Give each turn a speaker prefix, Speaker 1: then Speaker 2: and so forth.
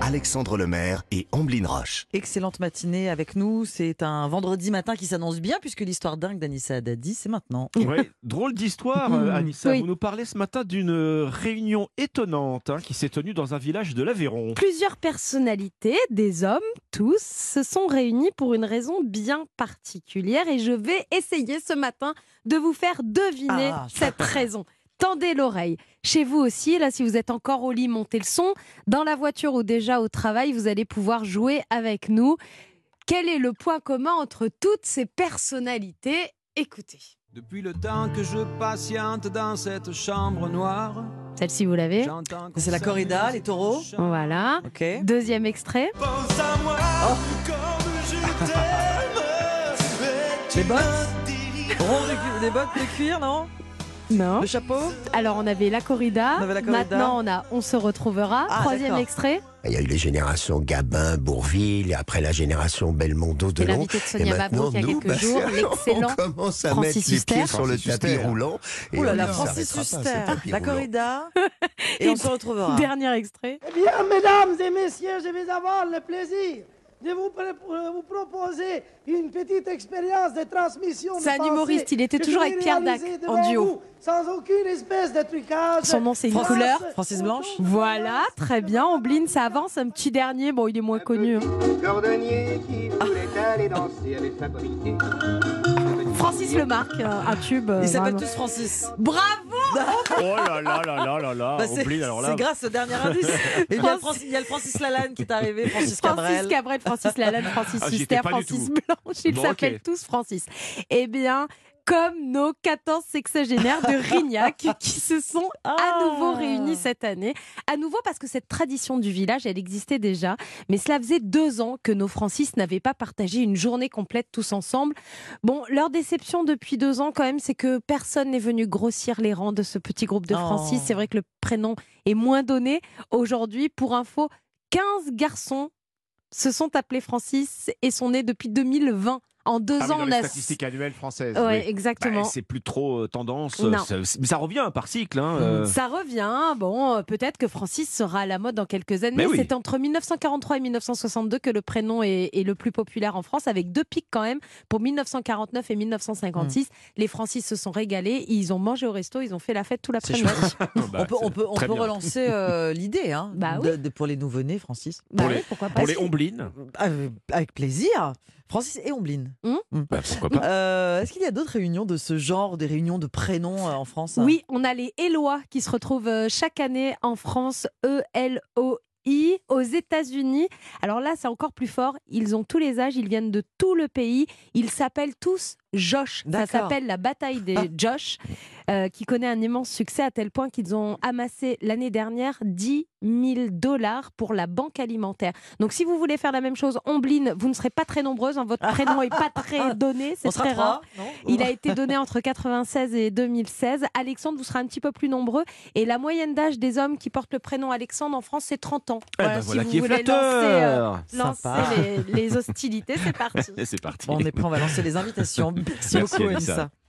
Speaker 1: Alexandre Lemaire et Amblin Roche.
Speaker 2: Excellente matinée avec nous. C'est un vendredi matin qui s'annonce bien puisque l'histoire dingue d'Anissa Haddadi, c'est maintenant.
Speaker 3: Ouais, drôle d'histoire, euh, Anissa.
Speaker 4: Hmm. Oui.
Speaker 3: Vous nous parlez ce matin d'une euh, réunion étonnante hein, qui s'est tenue dans un village de l'Aveyron.
Speaker 4: Plusieurs personnalités, des hommes, tous, se sont réunis pour une raison bien particulière et je vais essayer ce matin de vous faire deviner
Speaker 2: Ah, je
Speaker 4: cette raison. Tendez l'oreille. Chez vous aussi, là, si vous êtes encore au lit, montez le son. Dans la voiture ou déjà au travail, vous allez pouvoir jouer avec nous. Quel est le point commun entre toutes ces personnalités Écoutez.
Speaker 5: Depuis le temps que je patiente dans cette chambre noire,
Speaker 4: Celle-ci, vous l'avez
Speaker 5: j'entends qu'on
Speaker 2: C'est la corrida, les taureaux.
Speaker 5: s'amuse.
Speaker 4: Voilà.
Speaker 2: Ok.
Speaker 4: Deuxième extrait.
Speaker 5: Pense à moi comme je t'aime. et tu
Speaker 2: Les bottes
Speaker 5: me dis-
Speaker 2: Rond de cu- des bottes de cuir, non
Speaker 4: Non.
Speaker 2: Le chapeau
Speaker 4: Alors on avait la corrida.
Speaker 2: On avait la corrida.
Speaker 4: Maintenant on a on se retrouvera.
Speaker 2: Ah,
Speaker 4: Troisième
Speaker 2: d'accord.
Speaker 4: extrait.
Speaker 6: Ben, Il y a eu les générations Gabin, Bourville, et après la génération Belmondo,
Speaker 4: Et
Speaker 6: Delon.
Speaker 4: l'invité de
Speaker 6: Et
Speaker 4: Sonia Mabrouk
Speaker 6: maintenant,
Speaker 4: il y a
Speaker 6: nous,
Speaker 4: quelques
Speaker 6: bah,
Speaker 4: jours.
Speaker 6: on
Speaker 4: L'excellent.
Speaker 6: commence à
Speaker 4: Francis
Speaker 6: mettre les
Speaker 4: Huster.
Speaker 6: pieds sur le
Speaker 3: Francis
Speaker 6: tapis
Speaker 3: Huster.
Speaker 6: roulant. et
Speaker 2: Ouh là
Speaker 6: on
Speaker 2: là,
Speaker 6: ne
Speaker 2: Francis
Speaker 6: s'arrêtera pas, ce
Speaker 2: Huster.
Speaker 6: tapis
Speaker 2: La
Speaker 6: roulant.
Speaker 2: corrida. Et on se
Speaker 6: Ah.
Speaker 2: retrouvera.
Speaker 4: Dernier extrait.
Speaker 7: Eh bien, mesdames et messieurs, je vais avoir le plaisir de vous, pré- euh, vous proposer une petite expérience de transmission de
Speaker 4: C'est un
Speaker 7: pensée
Speaker 4: humoriste, il était
Speaker 7: que
Speaker 4: toujours
Speaker 7: je vais
Speaker 4: avec Pierre Dac
Speaker 7: réaliser
Speaker 4: en
Speaker 7: devant
Speaker 4: duo.
Speaker 7: vous, sans aucune espèce de trucage.
Speaker 4: Son nom c'est une
Speaker 2: Francis-
Speaker 4: couleur. Euh,
Speaker 2: Francis Blanche
Speaker 4: Voilà, très bien. Ombline, ça avance. Un petit dernier. Bon, il est moins connu. hein. Ah.
Speaker 8: Cordonnier qui voulait aller danser avec Fabriquet.
Speaker 4: Francis Lemarque, euh, un tube. euh,
Speaker 2: Ils s'appellent
Speaker 4: vraiment.
Speaker 2: tous Francis.
Speaker 4: Bravo
Speaker 3: Oh là là là là là là,
Speaker 2: Bah, c'est
Speaker 3: Oublie, alors là.
Speaker 2: c'est grâce au dernier indice. Et bien,
Speaker 4: Francis-
Speaker 2: Francis- il y a le Francis Lalanne qui est arrivé, Francis
Speaker 4: Francis
Speaker 2: Cabrel.
Speaker 4: Cabrel, Francis Lalanne, Francis
Speaker 3: Ah, j'y étais
Speaker 4: Huster,
Speaker 3: pas du
Speaker 4: Francis
Speaker 3: tout.
Speaker 4: Blanche. Ils
Speaker 3: Bon, ok.
Speaker 4: s'appellent tous Francis. Eh bien, comme nos 14 sexagénaires de Rignac qui se sont
Speaker 2: Ah.
Speaker 4: à nouveau réunis cette année. À nouveau parce que cette tradition du village, elle existait déjà. Mais cela faisait deux ans que nos Francis n'avaient pas partagé une journée complète tous ensemble. Bon, leur déception depuis deux ans, quand même, c'est que personne n'est venu grossir les rangs de ce petit groupe de
Speaker 2: Oh.
Speaker 4: Francis. C'est vrai que le prénom est moins donné. Aujourd'hui, pour info, 15 garçons se sont appelés Francis et sont nés depuis 2020. En deux
Speaker 3: Ah oui,
Speaker 4: ans,
Speaker 3: dans
Speaker 4: on
Speaker 3: les
Speaker 4: a.
Speaker 3: statistiques annuelles françaises.
Speaker 4: Ouais,
Speaker 3: oui. Bah,
Speaker 4: exactement.
Speaker 3: c'est plus trop euh, tendance.
Speaker 4: Non. Hmm.
Speaker 3: euh, Ça, mais ça revient par cycle. Hein,
Speaker 2: Mm.
Speaker 3: euh.
Speaker 4: Ça revient. Bon, euh, peut-être que Francis sera à la mode dans quelques années.
Speaker 3: Mais oui.
Speaker 4: C'est entre 1943 et 1962 que le prénom est, est le plus populaire en France, avec deux pics quand même pour 1949 et 1956.
Speaker 3: Hmm.
Speaker 4: Les Francis se sont régalés. Ils ont mangé au resto. Ils ont fait la fête tout
Speaker 2: C'est
Speaker 4: l'après-midi.
Speaker 3: Bah,
Speaker 2: On peut, on peut, on
Speaker 3: très
Speaker 2: peut
Speaker 3: bien.
Speaker 2: relancer euh, l'idée hein,
Speaker 4: Bah
Speaker 2: de- de- pour les nouveau-nés, Francis.
Speaker 4: Bah
Speaker 3: Pour
Speaker 4: oui,
Speaker 3: les-
Speaker 4: pourquoi pas
Speaker 3: Pour les omblines,
Speaker 2: Euh, Avec plaisir. Francis et Ombline.
Speaker 3: Bah, pourquoi pas
Speaker 2: Euh, Est-ce qu'il y a d'autres réunions de ce genre, des réunions de prénoms euh, en France hein
Speaker 4: Oui, on a les Eloi qui se retrouvent euh, chaque année en France, E E-L-O-I, aux États-Unis. Alors là, c'est encore plus fort. Ils ont tous les âges, ils viennent de tout le pays. Ils s'appellent tous Josh. Ça
Speaker 2: D'accord. Ah.
Speaker 4: s'appelle la bataille des Josh, euh, qui connaît un immense succès à tel point qu'ils ont amassé l'année dernière 10 000 dollars pour la banque alimentaire. Donc si vous voulez faire la même chose, Ombline, vous ne serez pas très nombreuses. hein, votre prénom est pas très donné, c'est
Speaker 2: On sera
Speaker 4: très
Speaker 2: trois,
Speaker 4: rare.
Speaker 2: non
Speaker 4: Il a été donné entre 96 et 2016. Alexandre, vous serez un petit peu plus nombreux. Et la moyenne d'âge des hommes qui portent le prénom Alexandre en France, c'est 30 ans.
Speaker 3: Eh ben,
Speaker 4: Bah, si
Speaker 3: voilà
Speaker 4: vous
Speaker 3: qui est
Speaker 4: voulez lancer, euh,
Speaker 3: flatteur.
Speaker 4: lancer
Speaker 2: Sympa.
Speaker 4: les, les hostilités, c'est parti.
Speaker 3: Et c'est parti.
Speaker 2: Bon, on est prêt, on va lancer les invitations. Merci,
Speaker 3: Merci,
Speaker 2: beaucoup,
Speaker 3: Anissa.
Speaker 2: Anissa.